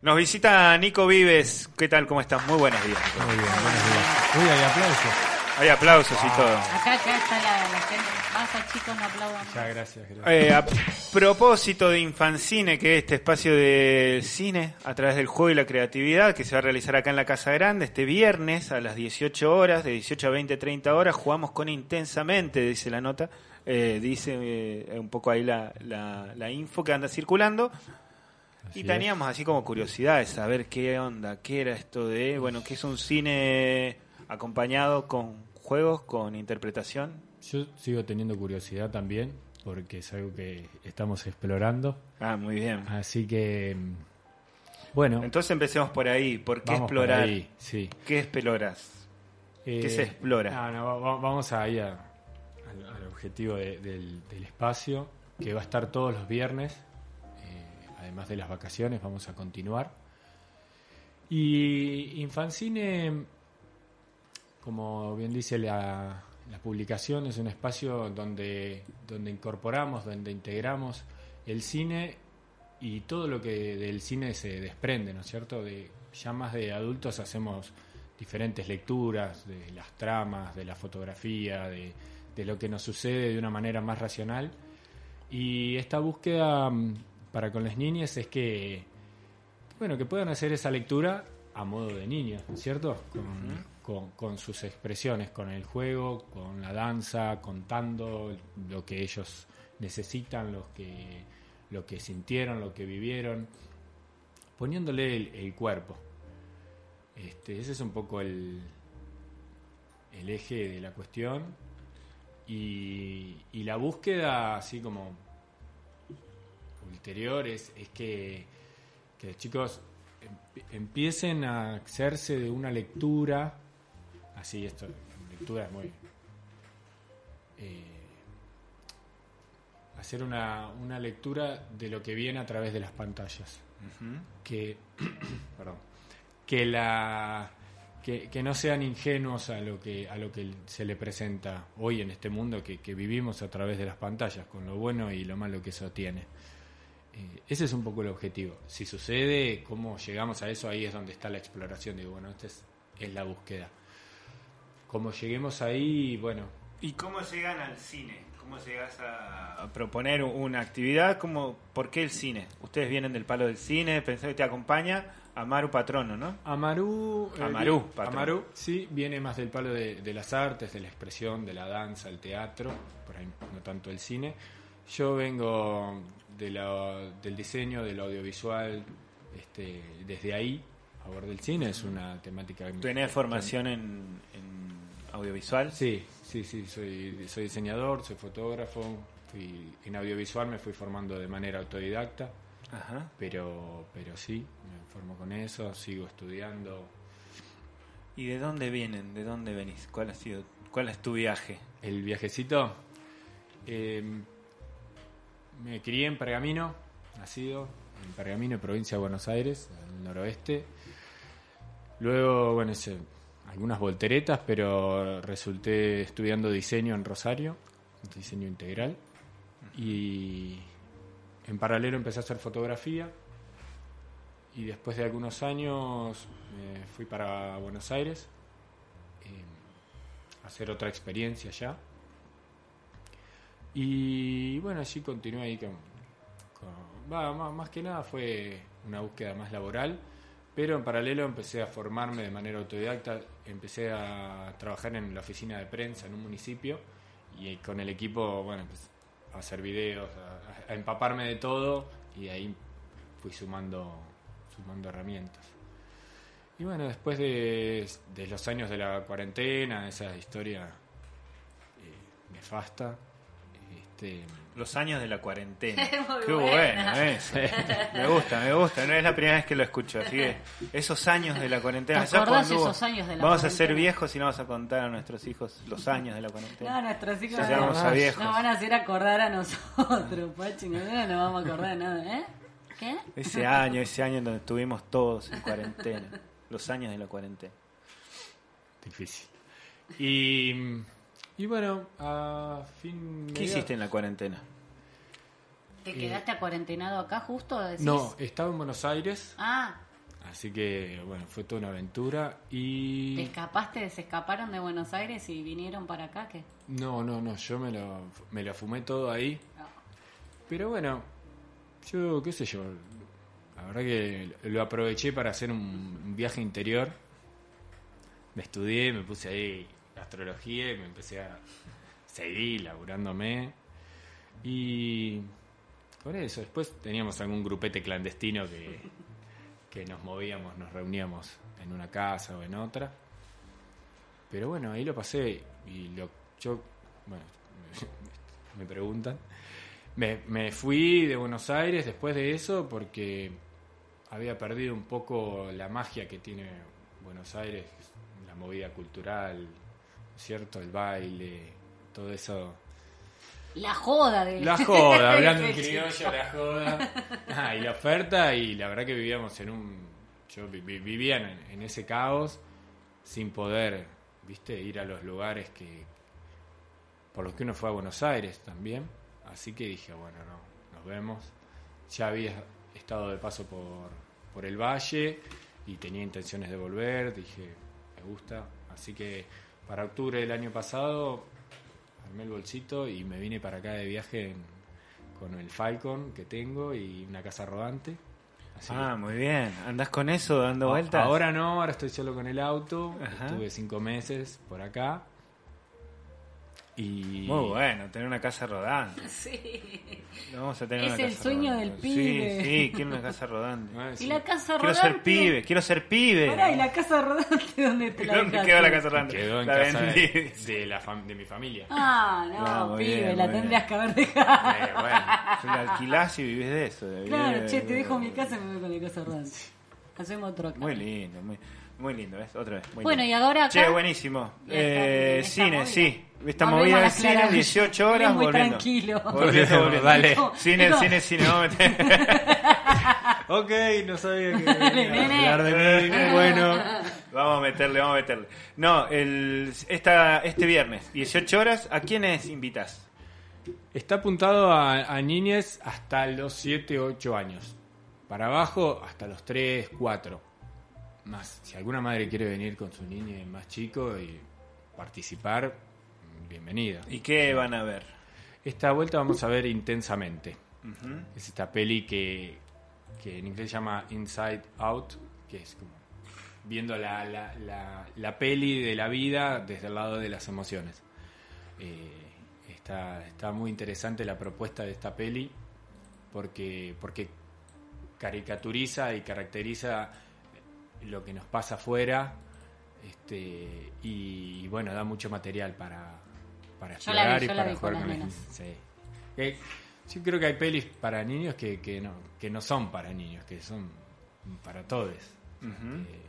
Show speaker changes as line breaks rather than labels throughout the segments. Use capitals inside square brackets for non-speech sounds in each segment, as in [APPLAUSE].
Nos visita Nico Vives. ¿Qué tal? ¿Cómo estás? Muy buenos días. Nico.
Muy bien, buenos días. Uy, hay aplausos.
Hay aplausos y todo.
Acá ya está la, la gente. Pasa, chicos, no aplaudan.
Ya, gracias, gracias.
Eh, a propósito de Infancine, que es este espacio de cine a través del juego y la creatividad que se va a realizar acá en la Casa Grande este viernes a las 18 horas, de 18 a 20, 30 horas, jugamos con intensamente, dice la nota, Eh, dice eh, un poco ahí la, la- la info que anda circulando. y
es.
teníamos así como curiosidad de saber qué onda, qué era esto de, bueno, que es un cine acompañado con juegos, con interpretación.
Yo sigo teniendo curiosidad también, porque es algo que estamos explorando.
Ah, muy bien.
Así que, mm, bueno,
Entonces empecemos por ahí. ¿Por qué
vamos por
explorar?
ahí, sí.
¿Qué exploras? ¿Qué se explora?
Eh, Ah, no, no, va- va- vamos ahí a- al, al objetivo de- del, del espacio, que va a estar todos los viernes, eh, además de las vacaciones, vamos a continuar. Y Infancine, como bien dice la, la publicación, es un espacio donde, donde incorporamos, donde integramos el cine y todo lo que del cine se desprende, ¿no es cierto? De, ya más de adultos hacemos diferentes lecturas de las tramas, de la fotografía, de, de lo que nos sucede de una manera más racional. Y esta búsqueda mm, para con las niñas es que, bueno, que puedan hacer esa lectura a modo de niños, ¿no es ¿cierto? Con, con- con sus expresiones, con el juego, con la danza, contando lo que ellos necesitan, lo que, lo que sintieron, lo que vivieron, poniéndole el, el cuerpo. Este, ese es un poco el, el eje de la cuestión y, y la búsqueda así como ulterior es, es que, que los chicos empi- empiecen a hacerse de una lectura, así esto, lectura es muy... eh, hacer una, una lectura de lo que viene a través de las pantallas que perdón, que la que, que no sean ingenuos a lo que a lo que se le presenta hoy en este mundo que, que vivimos a través de las pantallas con lo bueno y lo malo que eso tiene Eh, ese es un poco el objetivo si sucede cómo llegamos a eso ahí es donde está la exploración digo bueno esta es, es la búsqueda como lleguemos ahí bueno
¿Y cómo llegan al cine? ¿Cómo llegas a, a proponer una actividad? ¿Cómo, ¿Por qué el cine? Ustedes vienen del palo del cine, pensé que te acompaña Amaru Patrono, ¿no?
Amaru. eh,
Amaru,
vi-
patrón.
Amaru, sí, viene más del palo de, de las artes, de la expresión, de la danza, el teatro, por ahí no tanto el cine. Yo vengo de la- del diseño, del audiovisual, este, desde ahí, a favor del cine, es una temática. que me-
¿Tenés formación en, en audiovisual?
Sí, sí, sí, soy, soy diseñador, soy fotógrafo, fui- en audiovisual me fui formando de manera autodidacta
Ajá.
pero pero sí, me formo con eso, sigo estudiando.
¿Y de dónde vienen? ¿De dónde venís? ¿Cuál ha sido? ¿Cuál es tu viaje?
El viajecito. eh, me crié en Pergamino, nacido en Pergamino, provincia de Buenos Aires, al noroeste. Luego, bueno, hice algunas volteretas, pero resulté estudiando diseño en Rosario, diseño integral. Y en paralelo empecé a hacer fotografía. Y después de algunos años me fui para Buenos Aires. eh, hacer otra experiencia ya. Y bueno, allí continué ahí con... con- va, má- más que nada fue una búsqueda más laboral, pero en paralelo empecé a formarme de manera autodidacta, empecé a trabajar en la oficina de prensa en un municipio y con el equipo, bueno, empecé a hacer videos, a, a empaparme de todo y ahí fui sumando, sumando herramientas. Y bueno, después de, de los años de la cuarentena, esa historia eh, nefasta, este,
Los años de la cuarentena.
[LAUGHS] Muy
Qué
buena.
bueno eso. Me gusta, me gusta. No es la primera vez que lo escucho. Así que esos años de la cuarentena.
¿Te
ya
acordás
cuando
esos años de la
Vamos a ser
cuarentena?
viejos y no vamos a contar a nuestros hijos los años de la
No,
cuarentena.
nuestros hijos
Ya
no-
llegamos a viejos.
no van a hacer acordar a nosotros, [LAUGHS] Pachi. Nosotros no vamos a acordar de nada, ¿eh? ¿Qué?
Ese año, ese año en donde estuvimos todos en cuarentena. Los años de la cuarentena.
difícil. Y, y bueno, a fin...
¿Qué
mediados-
hiciste en la cuarentena?
¿Te quedaste acuarentenado acá justo? Decís?
No, estaba en Buenos Aires,
Ah,
Así que, bueno, fue toda una aventura y...
¿Te escapaste? ¿Se escaparon de Buenos Aires y vinieron para acá? ¿Qué?
No, no, no, yo me lo, me lo fumé todo ahí.
No.
Pero bueno, yo qué sé yo. La verdad que lo aproveché para hacer un viaje interior. Me estudié, me puse ahí astrología y me empecé a seguir laburándome. Y por eso, después teníamos algún grupete clandestino que, que nos movíamos, nos reuníamos en una casa o en otra. Pero bueno, ahí lo pasé y lo, yo, bueno, [LAUGHS] me preguntan. Me, me fui de Buenos Aires después de eso porque había perdido un poco la magia que tiene Buenos Aires, la movida cultural, ¿cierto? El baile, todo eso.
La joda de...
La [LAUGHS]
[LAUGHS]
joda, hablando en
de-
criollo, la joda. Ah, y la oferta, y la verdad que vivíamos en un. Yo vi- vi- vivía en, en ese caos sin poder, viste, ir a los lugares que. por los que uno fue a Buenos Aires también. Así que dije, bueno, no, nos vemos. Ya había estado de paso por, por el valle y tenía intenciones de volver. Dije, me gusta. Así que para octubre del año pasado armé el bolsito y me vine para acá de viaje en- con el Falcon que tengo y una casa rodante. Así
Ah, muy bien. ¿Andás con eso dando
a-
vueltas?
Ah, Ahora no, ahora estoy solo con el auto.
Ajá.
Estuve cinco meses por acá. Y
Muy bueno, tener una casa rodante.
Sí.
Vamos a tener
Es
una
el
casa
sueño
rodante.
del pibe.
Sí, sí, quiero una casa
[LAUGHS]
rodante.
Ah, sí.
Y la casa
Quiero
rodante...
ser pibe, quiero ser pibe. [LAUGHS]
Pará, ¿y la casa rodante dónde te la
¿Dónde
dejaste?
quedó la casa rodante?
Quedó en
La
casa
vendí. [LAUGHS]
de, de la fam- de mi familia.
Ah, no,
Ah, muy
pibe,
bien,
la
muy bien.
tendrías que haber dejado.
Eh, bueno,
Si La alquilás y vivís de eso. de
Claro,
vivir-
che, te dejo mi casa y me voy con la casa rodante. Eh, Hacemos otro acá.
Muy lindo, muy, muy lindo, ¿ves? Otra vez. muy
Bueno,
lindo.
y ahora acá-
Che, buenísimo.
Y acá tiene
Eh,
esta
cine,
movida.
sí. Esta
Volvemos
movida
a
de
las
cine,
claras.
18 horas,
Eres muy
volviendo.
tranquilo.
Volviendo, volviendo.
Dale.
Cine,
Digo-
cine, cine, vamos a
[LAUGHS]
meter.
Ok, no sabía que
Nene.
hablar de mí. Bueno,
Vamos a meterle, vamos a meterle. No, el, esta, este viernes, 18 horas, ¿a quiénes invitas?
está apuntado a, a niñes hasta los 7, 8 años. Para abajo, hasta los 3, 4. Más, si alguna madre quiere venir con su niño más chico y participar, bienvenida.
¿Y qué van a ver?
Esta vuelta vamos a ver intensamente.
Ujú.
Es esta peli que, que en inglés se llama Inside Out, que es como viendo la, la, la- la peli de la vida desde el lado de las emociones. Eh, está, está muy interesante la propuesta de esta peli porque, porque caricaturiza y caracteriza lo que nos pasa afuera este, y, bueno, da mucho material para, para
Yo la
explorar y
vi, yo la
para
vi
jugar
con
con
las
la gente.
nenas.
Sí. Eh, yo creo que hay pelis para niños que, que, no, que no son para niños, que son para todos.
Ujú.
Eh,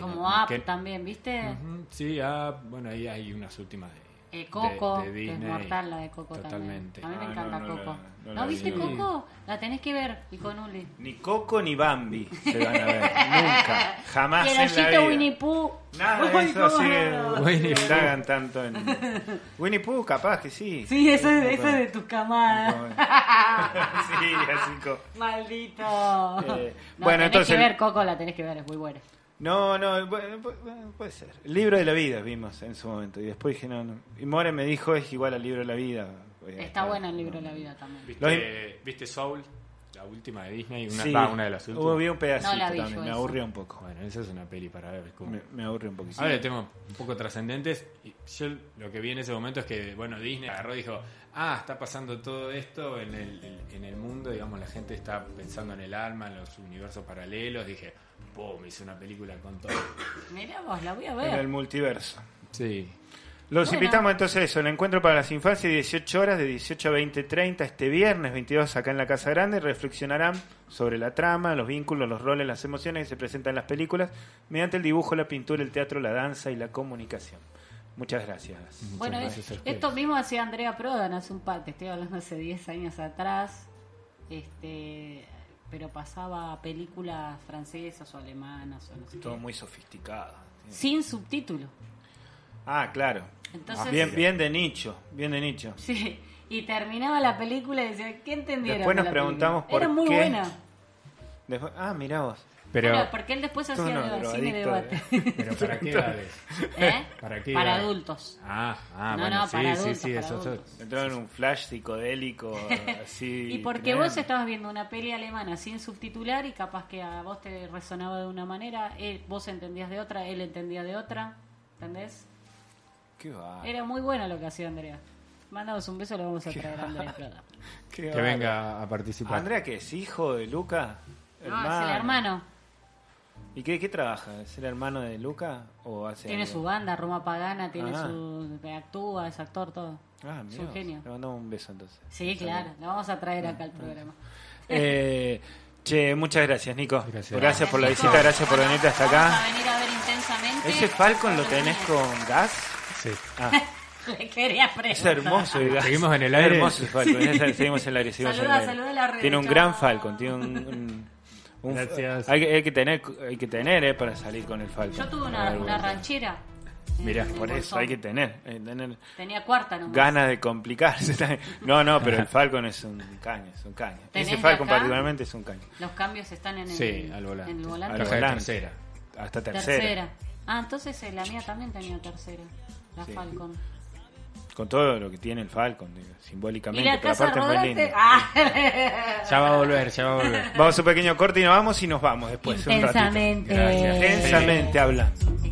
Como Up también, ¿viste?
Ujú, Sí, ah, bueno, ahí hay unas últimas de,
Eh, Coco,
de- de
que es
Disney.
mortal la de Coco
Totalmente.
también. A mí me
Ah,
encanta
no, no la-
Coco.
no
¿No,
la vi,
viste
no.
Coco? La tenés que ver, y con Uli.
Ni Coco ni Bambi se van a ver.
[LAUGHS]
Nunca. Jamás
Y el
en la
ojito
vida.
Winnie Pooh.
Nada de
Ay,
eso
cómo
sigue.
no.
Winnie Pooh.
indagan tanto en.
[LAUGHS]
Winnie Pooh, capaz que sí.
Sí, eso es, eso es de tus
No,
camadas.
eh. [LAUGHS] sí, así co-
Maldito.
Eh,
No,
bueno,
tenés
entonces-
que ver Coco, la tenés que ver, es muy buena.
No, no, bueno, pu- bueno, puede ser. Libro de la vida vimos en su momento. Y después dije, no, no. Y More me dijo, es igual al libro de la vida. Voy a
Está
estar-
bueno el libro de la vida también.
¿Viste, viste Soul? La última de Disney, una,
Sí.
va, una de las últimas.
Hubo vi un pedacito
No la vi yo
también, me
esa.
aburrió un poco.
Bueno, esa es una peli para ver. como-
Me, me aburrió un poquito.
Ahora temas un poco trascendentes. y Yo lo que vi en ese momento es que, bueno, Disney agarró y dijo, ah, está pasando todo esto en el, en el mundo, digamos, la gente está pensando en el alma, en los universos paralelos. Dije, boom, hice una película con todo.
Mirá vos, la voy a
En el
ver.
multiverso.
Sí.
Los
Bueno.
invitamos entonces a eso, el encuentro para las infancias, 18 horas, de 18 a 20, 30, este viernes 22 acá en la Casa Grande, reflexionarán sobre la trama, los vínculos, los roles, las emociones que se presentan en las películas, mediante el dibujo, la pintura, el teatro, la danza y la comunicación. Muchas gracias.
Bueno,
Muchas
es-
gracias, Sergio.
esto mismo hacía Andrea Prodan hace un par, te estoy hablando hace 10 años atrás, este, pero pasaba películas francesas o alemanas o no sé qué,
Todo muy sofisticado.
sin subtítulo. [LAUGHS]
Ah, claro.
Entonces-
bien, bien de nicho, bien de nicho.
Sí, y terminaba la película y decía, ¿qué entendieron?
Después
de
nos
la
preguntamos
película?
por
Era muy
qué.
buena.
Después- ah, mirá vos.
Pero,
Bueno, porque él después
Tú
hacía
no,
deba-
drogadicto,
cine debate.
[LAUGHS]
pero ¿para qué edades?
[LAUGHS] ¿Eh?
¿Para qué edades?
adultos.
[LAUGHS] Ah, ah,
No,
bueno,
no,
sí,
para
sí,
adultos,
sí,
para
eso, eso-
adultos.
Entraron en un flash
[LAUGHS]
psicodélico así.
Y porque
tremendo.
vos estabas viendo una peli alemana sin subtitular y capaz que a vos te resonaba de una manera, él- vos entendías de otra, él entendía de otra, ¿entendés?
Qué va.
Era muy buena lo que hacía Andrea. Mándanos un beso, lo vamos a traer a Andrea.
[LAUGHS]
Prada.
Qué
Que
va.
venga a participar.
Andrea, ¿qué es hijo de Luca?
No, es el hermano.
¿Y qué, qué trabaja? ¿Es el hermano de Luca o hace
Tiene
algo?
su banda, Roma Pagana, tiene
Ah.
su. actúa, es actor, todo.
Ah,
es
mira,
un genio.
Le mandamos un beso entonces.
Sí, claro, lo vamos a traer acá al
Mm,
programa.
Eh, che, muchas gracias, Nico.
Gracias.
Gracias, por la
Nico.
visita, gracias por
Bueno,
venirte hasta
Vamos a
acá.
venir a ver intensamente.
¿Ese Falcon lo
Otro
tenés
día.
con gas?
Sí.
[LAUGHS]
Ah,
Le quería preguntar.
es hermoso el gas.
Seguimos en el
Es
aire.
hermoso el Falcon. es- seguimos en el aire. Seguimos
Saluda,
en el aire.
saluda a la red.
Tiene un
Chao.
gran Falcon. Tiene un. un- un-
Gracias.
Hay, que- hay que tener, hay que tener eh, para salir con el Falcon.
Yo tuve una, una ranchera. en-
Mirá,
en
por eso
Bolsón.
hay que tener, hay que tener
Tenía cuarta nomás.
ganas de complicarse. [LAUGHS] también. No, no, pero el Falcon es un caño, es un caño.
¿Tenés
Ese
de
Falcon
acá?
particularmente es un caño.
Los cambios están en el,
Sí, al volante.
En el
Al
volante.
Caja de
volante.
tercera.
Hasta
tercera.
tercera.
Ah, entonces eh, la mía también tenía tercera. La
Sí.
Falcon.
Con todo lo que tiene el Falcon, digo,
Y
simbólicamente.
la
pero
casa
aparte es muy
rodante.
lindo.
[LAUGHS] Ah.
Ya va a volver, ya va a volver.
Vamos a pues, un pequeño corte y nos vamos y nos vamos después. un ratito.
Intensamente.
Gracias. Intensamente hablando.
Sí.